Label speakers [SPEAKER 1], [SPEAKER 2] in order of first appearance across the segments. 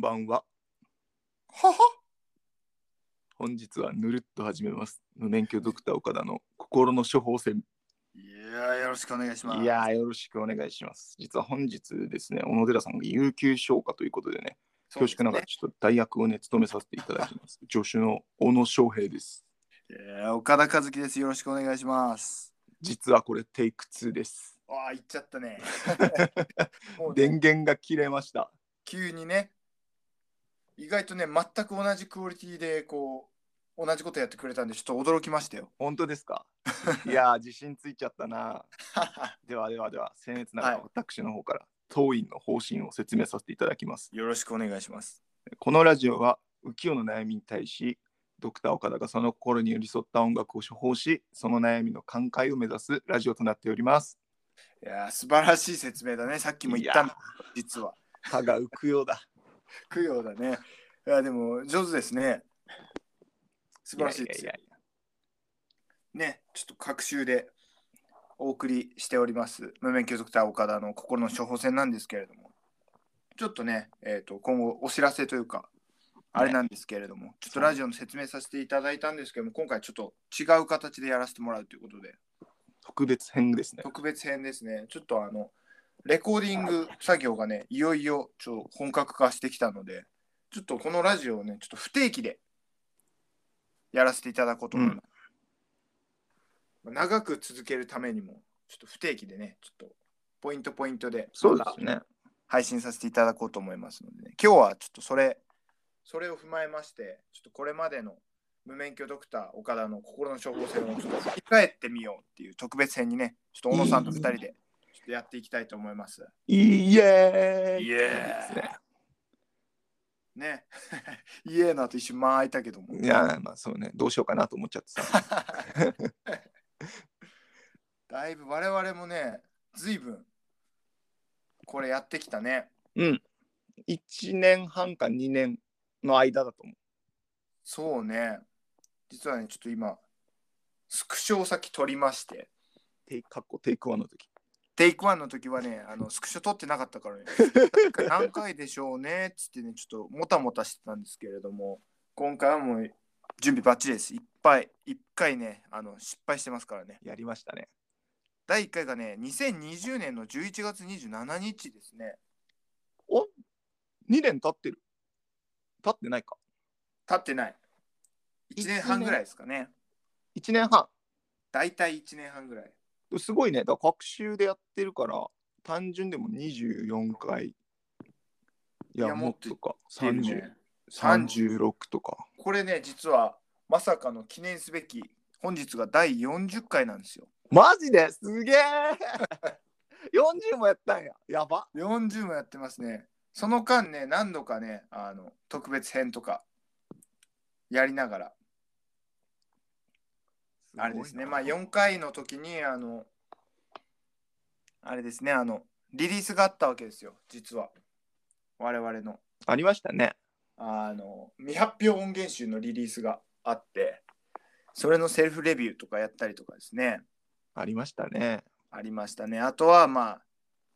[SPEAKER 1] ばんは。
[SPEAKER 2] はは
[SPEAKER 1] 本日はぬるっと始めます。無免許ドクター岡田の心の処方箋。
[SPEAKER 2] いやーよろしくお願いします。
[SPEAKER 1] いやー、よろしくお願いします。実は本日ですね、小野寺さんが有給消化ということでね、
[SPEAKER 2] そう
[SPEAKER 1] 恐
[SPEAKER 2] で
[SPEAKER 1] 縮な
[SPEAKER 2] すね、
[SPEAKER 1] がらちょっと代役をね、務めさせていただき ます。助手の小野翔平です。
[SPEAKER 2] いやー岡田和樹です。よろしくお願いします。
[SPEAKER 1] 実はこれテイク2です。
[SPEAKER 2] ああ、行っちゃっ たね。もうね
[SPEAKER 1] 電源が切れました。
[SPEAKER 2] 急にね、意外とね、全く同じクオリティで、こう、同じことやってくれたんで、ちょっと驚きましたよ。
[SPEAKER 1] 本当です かいやー、自信ついちゃったな。ではではでは、僭越ながら私の方から、当院の方針を説明させていただきます。
[SPEAKER 2] よろしくお願いします。
[SPEAKER 1] このラジオは浮世の悩みに対しドクター岡田がその心に寄り添った音楽を処方しその悩みの寛解を目指すラジオとなっております
[SPEAKER 2] いやー素晴らしい説明だね。さっきも言ったん
[SPEAKER 1] いや
[SPEAKER 2] 実は。
[SPEAKER 1] 歯が浮くようだ
[SPEAKER 2] 供養だね。いや、でも、上手ですね。 素晴らしいですよ。
[SPEAKER 1] やいやいや
[SPEAKER 2] ね、ちょっと各週でお送りしております、無免許ドクター岡田の心の処方箋なんですけれども、ちょっとね、えー、と今後お知らせというか、あれなんですけれども、ちょっとラジオの説明させていただいたんですけども、今回ちょっと違う形でやらせてもらうということで、
[SPEAKER 1] 特別編ですね
[SPEAKER 2] 特別編ですね、ちょっとあの、レコーディング作業がね、いよいよちょっと本格化してきたので、ちょっとこのラジオをね、ちょっと不定期でやらせていただこうと思います。長く続けるためにも、ちょっと不定期でね、ちょっとポイントポイントで
[SPEAKER 1] そうですね
[SPEAKER 2] 配信させていただこうと思いますので、ね、今日はちょっとそれ、それを踏まえまして、ちょっとこれまでの無免許ドクター岡田の心の処方箋をちょっと振り返ってみようっていう特別編にね、ちょっと小野さんと2人でちょっとやっていきたいと思います。
[SPEAKER 1] イエーイ
[SPEAKER 2] イエーイ
[SPEAKER 1] ですね
[SPEAKER 2] ね。 家の後一瞬間空いたけども。
[SPEAKER 1] いやまあそうねどうしようかなと思っちゃってさ
[SPEAKER 2] だいぶ我々もね、ずいぶんこれやってきたね。
[SPEAKER 1] うん1年半か2年の間だと思
[SPEAKER 2] そうね。実はね、ちょっと今、スクショをさっき撮りまして、
[SPEAKER 1] うテイかっこテイクワンの時
[SPEAKER 2] テイクワンの時はね、あのスクショ撮ってなかったからね、なんか何回でしょうねっつってね、ちょっともたもたしてたんですけれども、今回はもう準備バッチリです。いっぱい、一回ね、あの失敗してますからね。
[SPEAKER 1] やりましたね
[SPEAKER 2] 第1回がね、2020年の11月27日ですね。
[SPEAKER 1] お2年経ってる経ってないか
[SPEAKER 2] 経ってない。1年半ぐらいですかね。
[SPEAKER 1] 1年半
[SPEAKER 2] 大体1年半ぐらい。
[SPEAKER 1] すごいね。だから学習でやってるから、単純でも24回。いや、
[SPEAKER 2] いや
[SPEAKER 1] もっとか。30、
[SPEAKER 2] ね
[SPEAKER 1] 36とか。
[SPEAKER 2] これね、実はまさかの記念すべき、本日が第40回なんですよ。
[SPEAKER 1] マジですげえ !40 もやったんや。やば。
[SPEAKER 2] 40もやってますね。その間ね、何度かね、あの特別編とかやりながら、あれですね、まあ4回の時に、あの、あれですね、あの、リリースがあったわけですよ、実は。我々の、
[SPEAKER 1] ありましたね。
[SPEAKER 2] あの、未発表音源集のリリースがあって、それのセルフレビューとかやったりとかですね、
[SPEAKER 1] ありましたね。
[SPEAKER 2] ありましたね。あとは、まあ、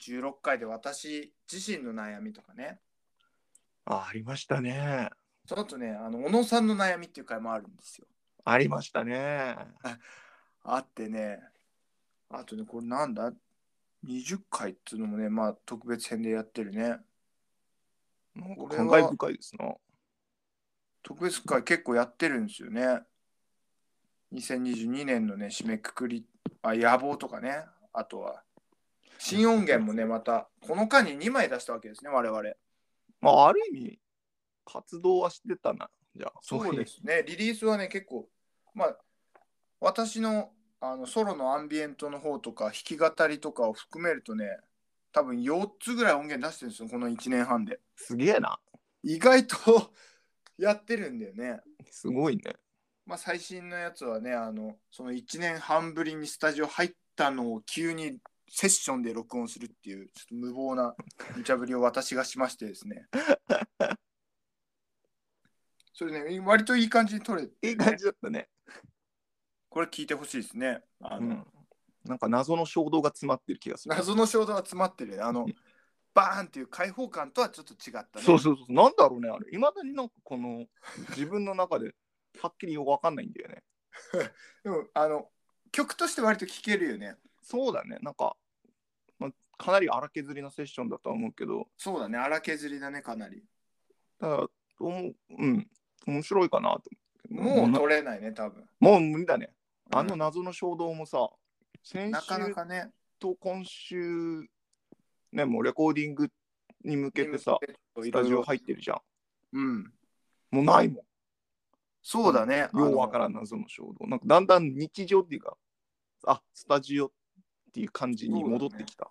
[SPEAKER 2] 16回で私自身の悩みとかね、
[SPEAKER 1] あありましたね。
[SPEAKER 2] その後ね、あの小野さんの悩みっていう回もあるんですよ。
[SPEAKER 1] ありましたね。
[SPEAKER 2] あってね、あとね、これなんだ ?20 回っていうのもね、まあ特別編でやってるね。
[SPEAKER 1] なん
[SPEAKER 2] こ
[SPEAKER 1] か
[SPEAKER 2] れ
[SPEAKER 1] 感
[SPEAKER 2] は
[SPEAKER 1] 慨深いですな。
[SPEAKER 2] 特別会結構やってるんですよね。2022年のね、締めくくり、あ、野望とかね、あとは、新音源もね、また、この間に2枚出したわけですね、我々。
[SPEAKER 1] まあ、ある意味、活動はしてたな。じゃあ、。
[SPEAKER 2] そうですすね、リリースはね、結構、まあ、私のあのソロのアンビエントの方とか、弾き語りとかを含めるとね、多分4つぐらい音源出してるんですよ、この1年半で。
[SPEAKER 1] すげえな。
[SPEAKER 2] 意外とやってるんだよね。
[SPEAKER 1] すごいね。
[SPEAKER 2] まあ、最新のやつはね、あのその1年半ぶりにスタジオ入ったのを急にセッションで録音するっていう、ちょっと無謀な無茶ぶりを私がしましてです ね。それね、割といい感じに撮れて、
[SPEAKER 1] いい感じだったね。
[SPEAKER 2] これ聞いてほしいですね。あの、
[SPEAKER 1] うんなんか謎の衝動が詰まってる気がする。
[SPEAKER 2] 謎の衝動が詰まってるね。あの、バーンっていう開放感とはちょっと違ったね
[SPEAKER 1] そうそうそうなんだろうねあれいまだになんかこの自分の中ではっきりよくわかんないんだよね
[SPEAKER 2] でもあの曲として割と聴けるよね
[SPEAKER 1] そうだねなんか、まあ、かなり荒削りなセッションだとは思うけど
[SPEAKER 2] そうだね荒削りだねかなり
[SPEAKER 1] ただ思ううん面白いかなと思
[SPEAKER 2] もう
[SPEAKER 1] もう
[SPEAKER 2] 取れないね多分
[SPEAKER 1] もう無理だねあの
[SPEAKER 2] うん
[SPEAKER 1] 謎の衝動もさ、先
[SPEAKER 2] なかな
[SPEAKER 1] 週
[SPEAKER 2] かね
[SPEAKER 1] と今週ねもうレコーディングに向けてさス
[SPEAKER 2] ス
[SPEAKER 1] タジオ入ってるじゃん
[SPEAKER 2] うん
[SPEAKER 1] もうないも
[SPEAKER 2] そうだね
[SPEAKER 1] んようわからん謎の衝動なんかだんだん日常っていうかあスタジオっていう感じに戻ってきた、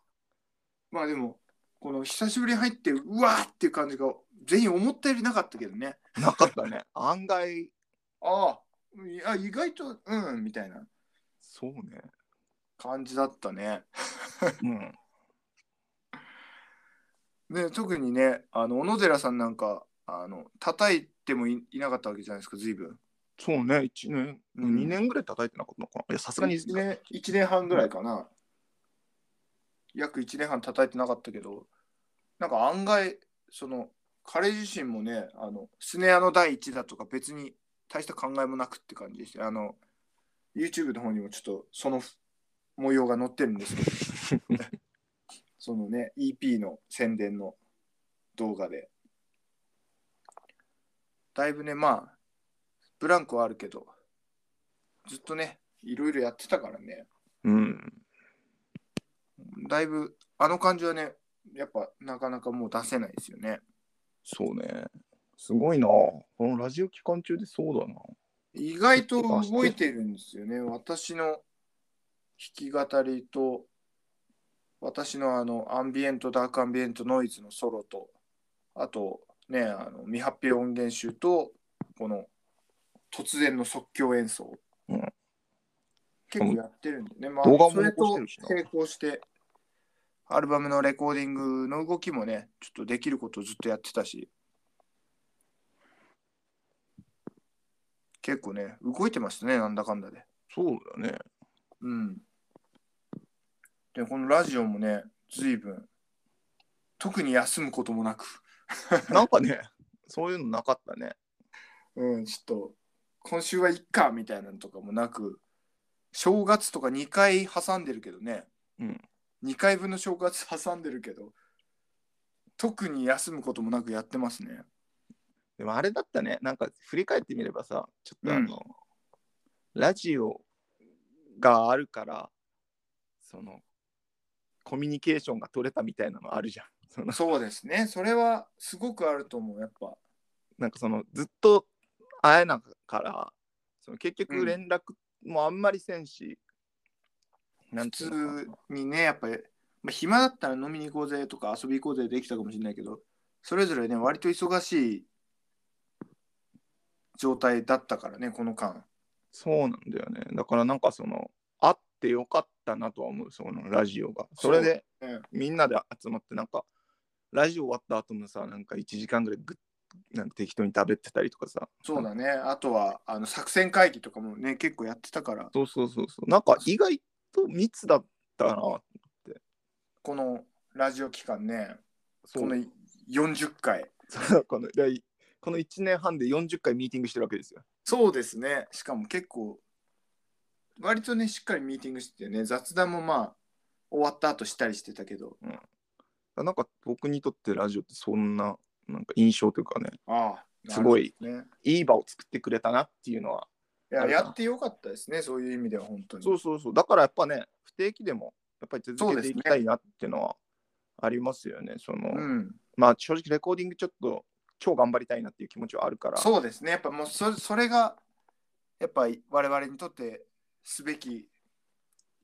[SPEAKER 2] まあでもこの久しぶりに入ってうわーっていう感じが全員思ったよりなかったけどね
[SPEAKER 1] なかったね案外
[SPEAKER 2] ああいや意外とうんみたいな
[SPEAKER 1] そうね
[SPEAKER 2] 感じだったね
[SPEAKER 1] うん
[SPEAKER 2] ね特にねあの小野寺さんなんかあの叩いてもいいなかったわけじゃないですか随分
[SPEAKER 1] そうね1年、
[SPEAKER 2] うん
[SPEAKER 1] 2年ぐらい叩いてなかったのかないやさすがに
[SPEAKER 2] 1年一年半ぐらいかな約1年半叩いてなかったけどなんか案外その彼自身もねあのスネアの第一だとか別に大した考えもなくって感じでしてあの YouTube の方にもちょっとその模様が載ってるんですけどそのね EP の宣伝の動画でだいぶねまあブランクはあるけどずっとねいろいろやってたからね
[SPEAKER 1] うん
[SPEAKER 2] だいぶあの感じはねやっぱなかなかもう出せないですよね
[SPEAKER 1] そうねすごいなこのラジオ期間中でそうだな
[SPEAKER 2] 意外と動いてるんですよね私の弾き語りと私のあのアンビエントダークアンビエントノイズのソロとあとねあの未発表音源集とこの突然の即興演奏、
[SPEAKER 1] うん
[SPEAKER 2] 結構やってるんでね、まあ、
[SPEAKER 1] 動画も
[SPEAKER 2] それと
[SPEAKER 1] 残してるしな
[SPEAKER 2] 並行してアルバムのレコーディングの動きもねちょっとできることをずっとやってたし結構ね動いてましたねなんだかんだで
[SPEAKER 1] そうだね
[SPEAKER 2] うん。で、このラジオもね、随分、特に休むこともなく、
[SPEAKER 1] なんかねそういうのなかったね
[SPEAKER 2] うん、ちょっと、今週はいっか、みたいなのとかもなく、正月とか2回挟んでるけどね、
[SPEAKER 1] うん
[SPEAKER 2] 2回分の正月挟んでるけど、特に休むこともなくやってますね。
[SPEAKER 1] でもあれだったねなんか振り返ってみればさちょっとあの、ラジオがあるからそのコミュニケーションが取れたみたいなのあるじゃん その
[SPEAKER 2] そうですね、 それはすごくあると思う、やっぱ。
[SPEAKER 1] なんかそのずっと会えなからその結
[SPEAKER 2] う
[SPEAKER 1] 局
[SPEAKER 2] ん
[SPEAKER 1] 連絡もあんまりせんし、なん
[SPEAKER 2] 普
[SPEAKER 1] つうのか
[SPEAKER 2] 通にねやっぱり、まあ、暇だったら飲みに行こうぜとか遊び行こうぜできたかもしれないけどそれぞれね割と忙しい状態だったからねこの間
[SPEAKER 1] そうなんだよねだからなんかその会ってよかったなとは思うそのラジオがそれで
[SPEAKER 2] そううん
[SPEAKER 1] みんなで集まってなんかラジオ終わった後もさなんか1時間ぐらいぐっなんか適当に食べてたりとかさ
[SPEAKER 2] そうだねあとはあの作戦会議とかもね結構やってたから
[SPEAKER 1] そうそうそうそうなんか意外と密だったな
[SPEAKER 2] このラジオ期間ね
[SPEAKER 1] そ
[SPEAKER 2] この
[SPEAKER 1] う
[SPEAKER 2] 40回
[SPEAKER 1] そう このいやこの1年半で40回ミーティングしてるわけですよ
[SPEAKER 2] そうですねしかも結構割とねしっかりミーティングしててね雑談もまあ終わった後したりしてたけど
[SPEAKER 1] なんか僕にとってラジオってそんななんか印象というかね
[SPEAKER 2] ああ
[SPEAKER 1] すごい
[SPEAKER 2] なるほどね
[SPEAKER 1] いい場を作ってくれたなっていうのはい
[SPEAKER 2] や
[SPEAKER 1] あれか
[SPEAKER 2] や
[SPEAKER 1] な
[SPEAKER 2] ってよかったですね、そういう意味では本当に。
[SPEAKER 1] そうそうそうだからやっぱね不定期でもやっぱり続けていきたいなっていうのはありますよねその、
[SPEAKER 2] うん、
[SPEAKER 1] まあ正直レコーディングちょっと超頑張りたいなっていう気持ちはあるから
[SPEAKER 2] そうですね、やっぱもうそそれが、やっぱり我々にとってすべき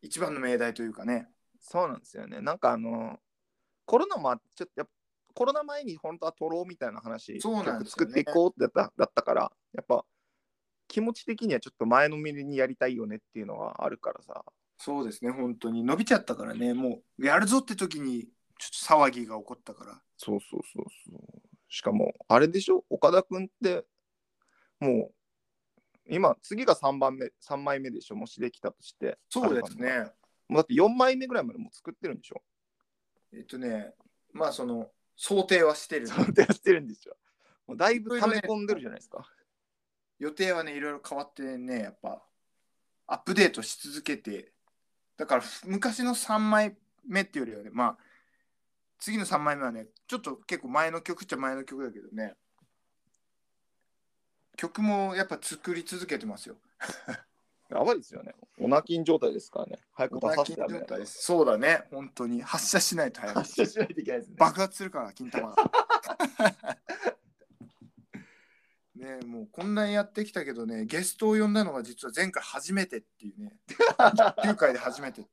[SPEAKER 2] 一番の命題というかね。
[SPEAKER 1] そうなんですよねなんかあのコロナもあちょっとやっぱコロナ前に本当は撮ろうみたいな話
[SPEAKER 2] そうなんですよ
[SPEAKER 1] 曲作
[SPEAKER 2] ね
[SPEAKER 1] っていこうってだっただったからやっぱ気持ち的にはちょっと前のめりにやりたいよねっていうのはあるからさ
[SPEAKER 2] そうですね、本当に伸びちゃったからね、もうやるぞって時にちょっと騒ぎが起こったから。
[SPEAKER 1] そうそうそうそう。しかも、あれでしょ岡田君って、もう、今、次が3番目、三枚目でしょもしできたとして。
[SPEAKER 2] そうです
[SPEAKER 1] アルバムが。
[SPEAKER 2] ね、
[SPEAKER 1] もうだって4枚目ぐらいまでもう作ってるんでしょ
[SPEAKER 2] えっとね、まあその想定はしてる
[SPEAKER 1] そうやってるんですよ。もうだいぶ溜め込んでるじゃないですか。
[SPEAKER 2] 予定はねいろいろ変わってねやっぱアップデートし続けてだからふ昔の3枚目っていうよりはねまあ次の3枚目はねちょっと結構前の曲っちゃ前の曲だけどね曲もやっぱ作り続けてますよ。
[SPEAKER 1] やばいですよね。おなきん状態ですからね。早く出させてあげな
[SPEAKER 2] お腹筋状
[SPEAKER 1] いと
[SPEAKER 2] 態ですそうだね本当に発射しないと早く
[SPEAKER 1] 発射 しないといけないですね。
[SPEAKER 2] 爆発するから金玉が ねえもうこんなにやってきたけどねゲストを呼んだのが実は前回初めてっていうね9回で初めてって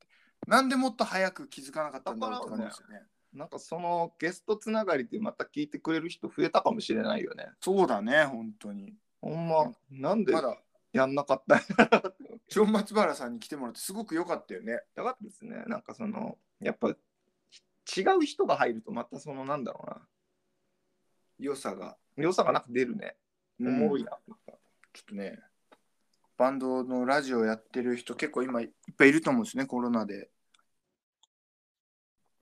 [SPEAKER 2] なんでもっと早く気づかなかったんだろうって感じですよね
[SPEAKER 1] なんかそのゲストつながりでまた聞いてくれる人増えたかもしれないよね。
[SPEAKER 2] そうだね本当に
[SPEAKER 1] ほんま、なんで
[SPEAKER 2] まだ
[SPEAKER 1] やんなかったんやろうって
[SPEAKER 2] ジョン松原さんに来てもらってすごく良かったよね
[SPEAKER 1] よかったですね。なんかその、やっぱ違う人が入るとまたそのなんだろうな。
[SPEAKER 2] 良さが、
[SPEAKER 1] 良さがなんか出るね。おもろい
[SPEAKER 2] ちょ
[SPEAKER 1] な。
[SPEAKER 2] っとねバンドのラジオやってる人結構今いっぱいいると思うんですねコロナで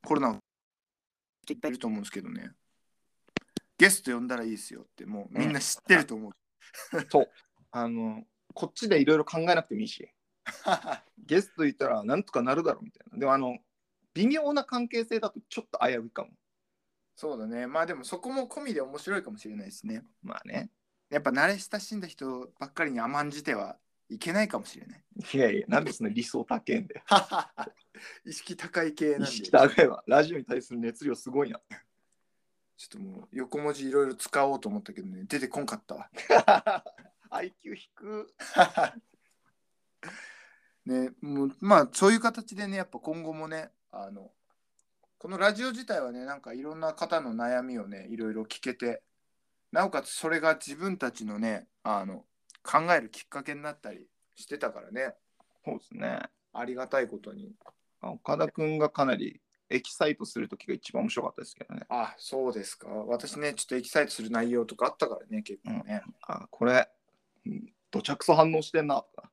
[SPEAKER 2] コロナいっぱいいると思うんですけどねゲスト呼んだらいいですよってもうみんな知ってる と思う、
[SPEAKER 1] あの、こっちでいろいろ考えなくてもいいし、ゲストいたらなんとかなるだろうみたいな。でもあの、微妙な関係性だとちょっと危ういかも。
[SPEAKER 2] そうだねまあでもそこも込みで面白いかもしれないですね
[SPEAKER 1] まあね。
[SPEAKER 2] やっぱ慣れ親しんだ人ばっかりに甘んじてはいけないかもし れない
[SPEAKER 1] いやいや、なんでその理想高えんだよ。
[SPEAKER 2] 意識高い系
[SPEAKER 1] 意
[SPEAKER 2] なんで
[SPEAKER 1] 識高いわ。ラジオに対する熱量すごいな。
[SPEAKER 2] ちょっともう横文字いろいろ使おうと思ったけどね出てこんかったわ
[SPEAKER 1] IQ 低く。
[SPEAKER 2] ねもうまあそういう形でねやっぱ今後もねあのこのラジオ自体はねなんかいろんな方の悩みをねいろいろ聞けてなおかつそれが自分たちのねあの考えるきっかけになったりしてたからね
[SPEAKER 1] そうですね。
[SPEAKER 2] ありがたいことに
[SPEAKER 1] 岡田君がかなりエキサイトする時が一番面白かったですけどね。
[SPEAKER 2] あそうですか私ねちょっとエキサイトする内容とかあったからね結構ね、
[SPEAKER 1] あこれ、うんどちゃくそ反応してんなとか。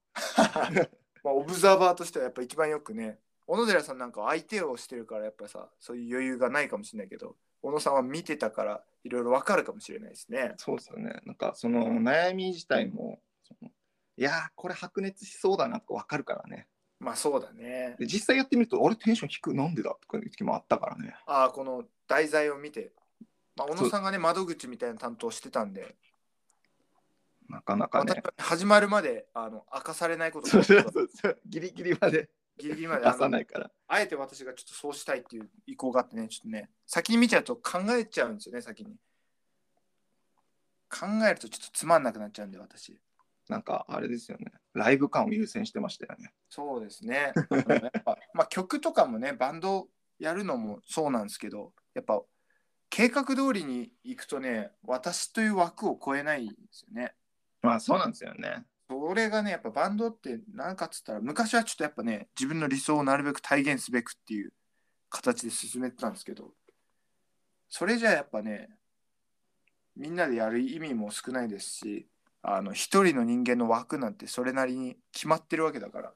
[SPEAKER 2] まあ、オブザーバーとしてはやっぱ一番よくね小野寺さんなんかは相手をしてるからやっぱさそういう余裕がないかもしれないけど小野さんは見てたからいろいろわかるかもしれないですね。
[SPEAKER 1] そうですよね。なんかその悩み自体も、そのいやー、これ白熱しそうだなとか分かるからね。
[SPEAKER 2] まあそうだね。
[SPEAKER 1] で実際やってみると、あれテンション低い、なんでだとかいう時もあったからね。
[SPEAKER 2] ああこの題材を見て、まあ、小野さんがね窓口みたいな担当してたんで、
[SPEAKER 1] なかなか
[SPEAKER 2] 私
[SPEAKER 1] ね
[SPEAKER 2] は。始まるまであの明かされないこと
[SPEAKER 1] そうそう
[SPEAKER 2] が
[SPEAKER 1] そうそう ギリギリまで
[SPEAKER 2] ギリギリま
[SPEAKER 1] 出
[SPEAKER 2] であ
[SPEAKER 1] さ
[SPEAKER 2] の
[SPEAKER 1] ないから。
[SPEAKER 2] あえて私がちょっとそうしたいっていう意向があってねちょっとね先に見ちゃうと考えちゃうんですよね先に。考えるとちょっとつまんなくなっちゃうんで私。
[SPEAKER 1] なんかあれですよね。ライブ感を優先してましたよね。
[SPEAKER 2] そうですね。あのやっぱまあ曲とかもねバンドやるのもそうなんですけどやっぱ計画通りに行くとね私という枠を超えないんですよね。
[SPEAKER 1] まあそうなんですよね。
[SPEAKER 2] それがねやっぱバンドって何かっつったら昔はちょっとやっぱね自分の理想をなるべく体現すべくっていう形で進めてたんですけどそれじゃやっぱねみんなでやる意味も少ないですしあの一人の人間の枠なんてそれなりに決まってるわけだから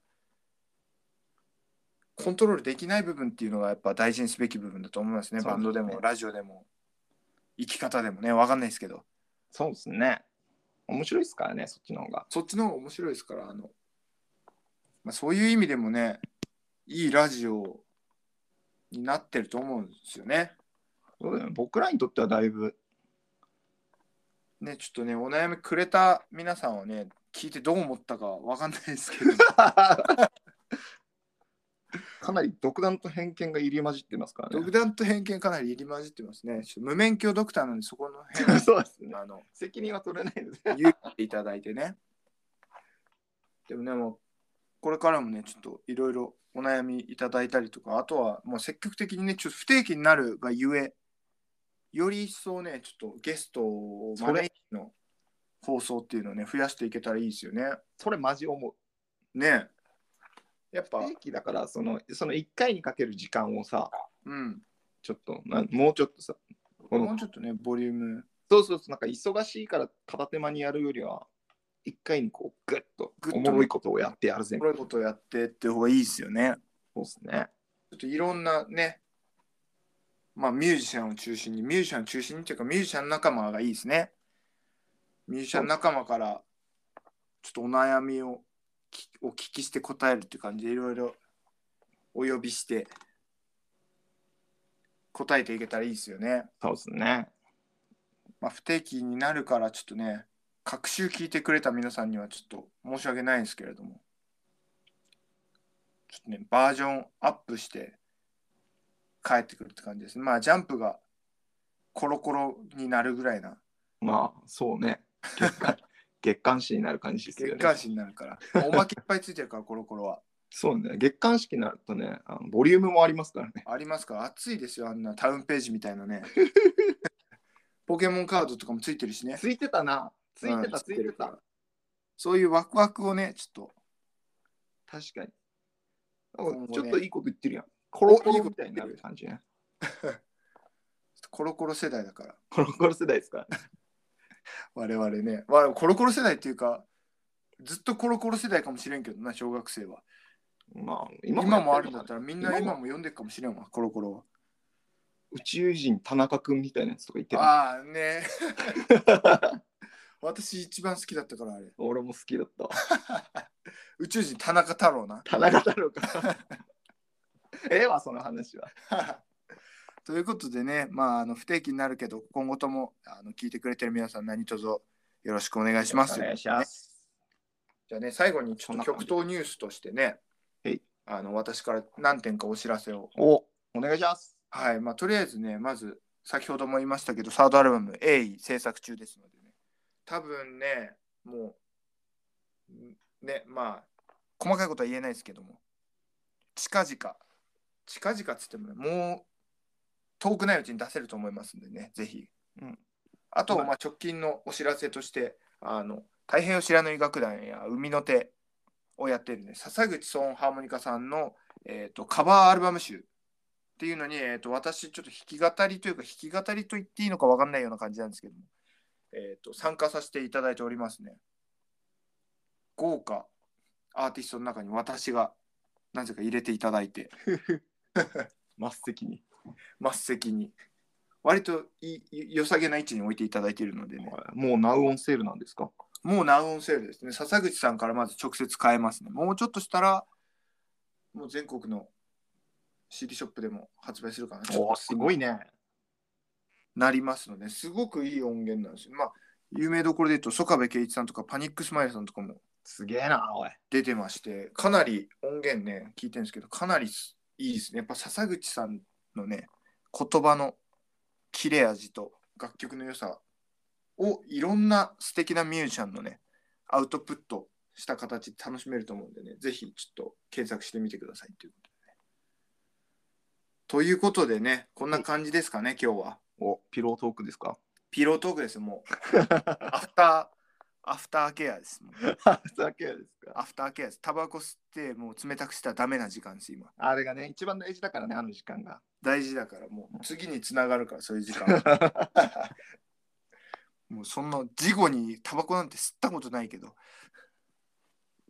[SPEAKER 2] コントロールできない部分っていうのがやっぱ大事にすべき部分だと思いますね
[SPEAKER 1] そうですね
[SPEAKER 2] バンドでもラジオでも生き方でもね分かんないですけど
[SPEAKER 1] そうですね。面白いですからね、そっちの方が。
[SPEAKER 2] そっちの方が面白いですから、あの、まあ、そういう意味でもね、いいラジオになってると思うんですよね。
[SPEAKER 1] そうだよね僕らにとってはだいぶ、
[SPEAKER 2] ね、ちょっとね、お悩みくれた皆さんはね、聞いてどう思ったかわかんないですけど、
[SPEAKER 1] かなり独断と偏見が入り混じってますから
[SPEAKER 2] 独
[SPEAKER 1] ね。
[SPEAKER 2] 断と偏見かなり入り混じってますね。ちょっと無免許ドクターなんで、そこの辺 は
[SPEAKER 1] そうですね。
[SPEAKER 2] あの、
[SPEAKER 1] 責任は取れないので。
[SPEAKER 2] 言っていただいてね。でもね、もう、これからもね、ちょっといろいろお悩みいただいたりとか、あとはもう積極的にね、ちょっと不定期になるがゆえ、より一層ね、ちょっとゲストを招いての放送っていうのをね、増やしていけたらいいですよね。
[SPEAKER 1] それマジ思う。
[SPEAKER 2] ねえやっぱ、
[SPEAKER 1] 定期だからその、その1回にかける時間をさ、
[SPEAKER 2] うん。
[SPEAKER 1] ちょっと、なもうちょっとさ、こ
[SPEAKER 2] も
[SPEAKER 1] の
[SPEAKER 2] うちょっとね、ボリューム、
[SPEAKER 1] そうそうそう、なんか忙しいから片手間にやるよりは、1回にこう、ぐっと
[SPEAKER 2] ぐっ、と
[SPEAKER 1] おもろいことをやってやるぜ
[SPEAKER 2] こ。ういうことをやってって方がいいですよね。
[SPEAKER 1] そうですね。
[SPEAKER 2] ちょっといろんなね、まあ、ミュージシャンを中心に、ミュージシャンを中心にっていうか、ミュージシャン仲間がいいですね。ミュージシャン仲間から、ちょっとお悩みをきお聞きして答えるっていう感じで、いろいろお呼びして、答えていけたらいいですよね。
[SPEAKER 1] そうですね。
[SPEAKER 2] まあ、不定期になるから、ちょっとね、各週聞いてくれた皆さんにはちょっと申し訳ないんですけれども、ちょっとね、バージョンアップして帰ってくるって感じですね。まあ、ジャンプがコロコロになるぐらいな、
[SPEAKER 1] まあ、そうね。月刊 月刊誌になる感じですよね。
[SPEAKER 2] 月刊誌になるから、おまけいっぱいついてるから、 コロコロは。
[SPEAKER 1] そうね。月刊誌になるとねあの、ボリュームもありますからね。
[SPEAKER 2] ありますから、熱いですよ、あんなタウンページみたいなね。 ポケモンカードとかもついてるしね。
[SPEAKER 1] ついてたな。ついて
[SPEAKER 2] う
[SPEAKER 1] た、
[SPEAKER 2] ん
[SPEAKER 1] ついて
[SPEAKER 2] るから
[SPEAKER 1] た。
[SPEAKER 2] そういうワクワクをね、ちょっと
[SPEAKER 1] 確かに。
[SPEAKER 2] 今後ね
[SPEAKER 1] ちょっといいこと言ってるやん。コロコロみたいになる感じね。
[SPEAKER 2] コロコロ世代だから。
[SPEAKER 1] コロコロ世代ですからね。
[SPEAKER 2] 我々ね、まあ、コロコロ世代っていうかずっとコロコロ世代かもしれんけどな小学生は
[SPEAKER 1] まあ、
[SPEAKER 2] 今
[SPEAKER 1] 今
[SPEAKER 2] もあるんだった
[SPEAKER 1] ら。
[SPEAKER 2] らみんな
[SPEAKER 1] 今
[SPEAKER 2] 今
[SPEAKER 1] も
[SPEAKER 2] も読んでるかもしれんわコロコロ
[SPEAKER 1] 宇宙人田中君みたいなやつとか言ってる。
[SPEAKER 2] はああね私一番好きだったからあれ
[SPEAKER 1] 俺も好きだったわ。
[SPEAKER 2] 宇宙人田中太郎な
[SPEAKER 1] 田中太郎か。 ええわ、その話は。
[SPEAKER 2] ということでねまああの不定期になるけど今後ともあの聞いてくれてる皆さん何卒よろしくお願いします
[SPEAKER 1] お願いします。
[SPEAKER 2] じゃあね最後にちょっと極東ニュースとしてね
[SPEAKER 1] はい
[SPEAKER 2] あの私から何点かお知らせを
[SPEAKER 1] お、お願いします。
[SPEAKER 2] はい、まあ、とりあえずね、まず先ほども言いましたけど、サードアルバム、鋭意制作中ですのでね、多分ね、もう、んね、まあ、細かいことは言えないですけども、近々、近々っつってもね、もう遠くないうちに出せると思いますんでね、ぜひ。
[SPEAKER 1] うん
[SPEAKER 2] あと、
[SPEAKER 1] はい
[SPEAKER 2] まあ、直近のお知らせとして、あの太平洋白縫楽団や海の手をやっているね、笹口ソーンハーモニカさんの、えー、とカバーアルバム集っていうのに、えー、と私ちょっと弾き語りというか弾き語りと言っていいのか分かんないような感じなんですけども、えー、と参加させていただいておりますね豪華アーティストの中に私がなぜか入れていただいて
[SPEAKER 1] 末席に。
[SPEAKER 2] 末席に割といい良さげな位置に置いていただいているのでね
[SPEAKER 1] もうナウオンセールなんですか
[SPEAKER 2] もうナウオンセールですね笹口さんからまず直接買えますねもうちょっとしたらもう全国の CD ショップでも発売するかなちょっと
[SPEAKER 1] おすごいね。
[SPEAKER 2] なりますので、すごくいい音源なんですよ。まあ、有名どころで言うと、曽我部圭一さんとか、パニックスマイルさんとかも
[SPEAKER 1] すげえな、おい。
[SPEAKER 2] 出てまして、かなり音源ね、聞いてるんですけど、かなりすいいですね。やっぱ笹口さんのね、言葉の切れ味と楽曲の良さをいろんな素敵なミュージシャンのね、アウトプットした形で楽しめると思うんでね、ぜひちょっと検索してみてくださいということでね。ということでね、こんな感じですかね、今日は。
[SPEAKER 1] お、ピロートークです か
[SPEAKER 2] ピロートークですよもうアフターアフターケアですもう
[SPEAKER 1] だけですか
[SPEAKER 2] アフターケアですタバコ吸ってもう冷たくしたらダメな時間です今
[SPEAKER 1] あれがね、一番大事だからね、あの時間 が。
[SPEAKER 2] 大事だからもう次につながるからそういう時 間もうそんな事後にタバコなんて吸ったことないけど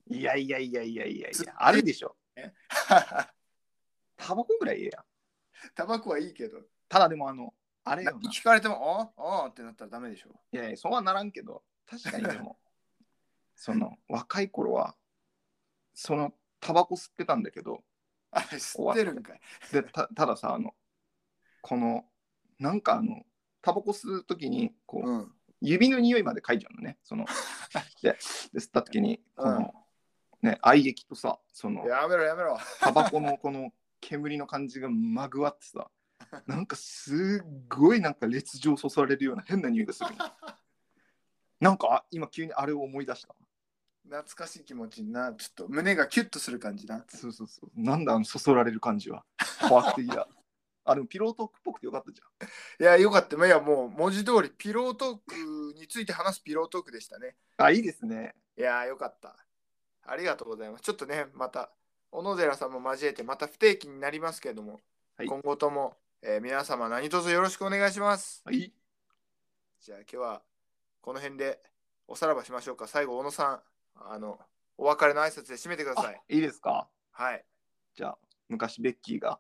[SPEAKER 1] いやいやいやいやいやい
[SPEAKER 2] つ
[SPEAKER 1] や、あるでしょ。 タバコぐらいええやん。
[SPEAKER 2] タバコはいいけど
[SPEAKER 1] ただでもあの、あれよな。
[SPEAKER 2] 聞かれても「ああああ」ってなったらダメでしょ
[SPEAKER 1] いやいや、そうはならんけど、確かにで も、その若い頃は、そのタバコ吸ってたんだけど、
[SPEAKER 2] あれ吸ってるんかい
[SPEAKER 1] でたたださ、あの、この、なんかあの、タバコ吸うときに、こう、
[SPEAKER 2] うん
[SPEAKER 1] 指の匂いまで嗅いじゃうのね。そ のでで吸った時にこの、
[SPEAKER 2] うん
[SPEAKER 1] ね愛液とさその
[SPEAKER 2] やめろやめろ
[SPEAKER 1] タバコのこの煙の感じがまぐわってさなんかすっごいなんか劣情そそられるような変な匂いがするのなんかあ今急にあれを思い出した
[SPEAKER 2] 懐かしい気持ちになちょっと胸がキュッとする感じな
[SPEAKER 1] そうそうそうなんだあのそそられる感じは怖くていやあでもピロートークっぽくてよかったじ
[SPEAKER 2] いや、よかった。まあいや、もう文字通りピロートークについて話すピロートークでしたね。
[SPEAKER 1] ゃんあいいですね
[SPEAKER 2] いや、よかった。ありがとうございます。ちょっとね、また、小野寺さんも交えて、また不定期になりますけれども、
[SPEAKER 1] はい
[SPEAKER 2] 今後とも、えー皆様何卒よろしくお願いします。
[SPEAKER 1] はい
[SPEAKER 2] じゃあ、今日はこの辺でおさらばしましょうか。最後、小野さん、あの、お別れの挨拶で締めてくだ
[SPEAKER 1] あ
[SPEAKER 2] さい。
[SPEAKER 1] いいですか
[SPEAKER 2] はい。
[SPEAKER 1] じゃあ昔ベッキーが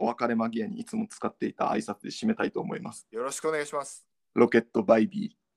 [SPEAKER 1] お別れ間際にいつも使っていた挨拶で締めたいと思います。
[SPEAKER 2] よろしくお願いします。
[SPEAKER 1] ロケットバイビー。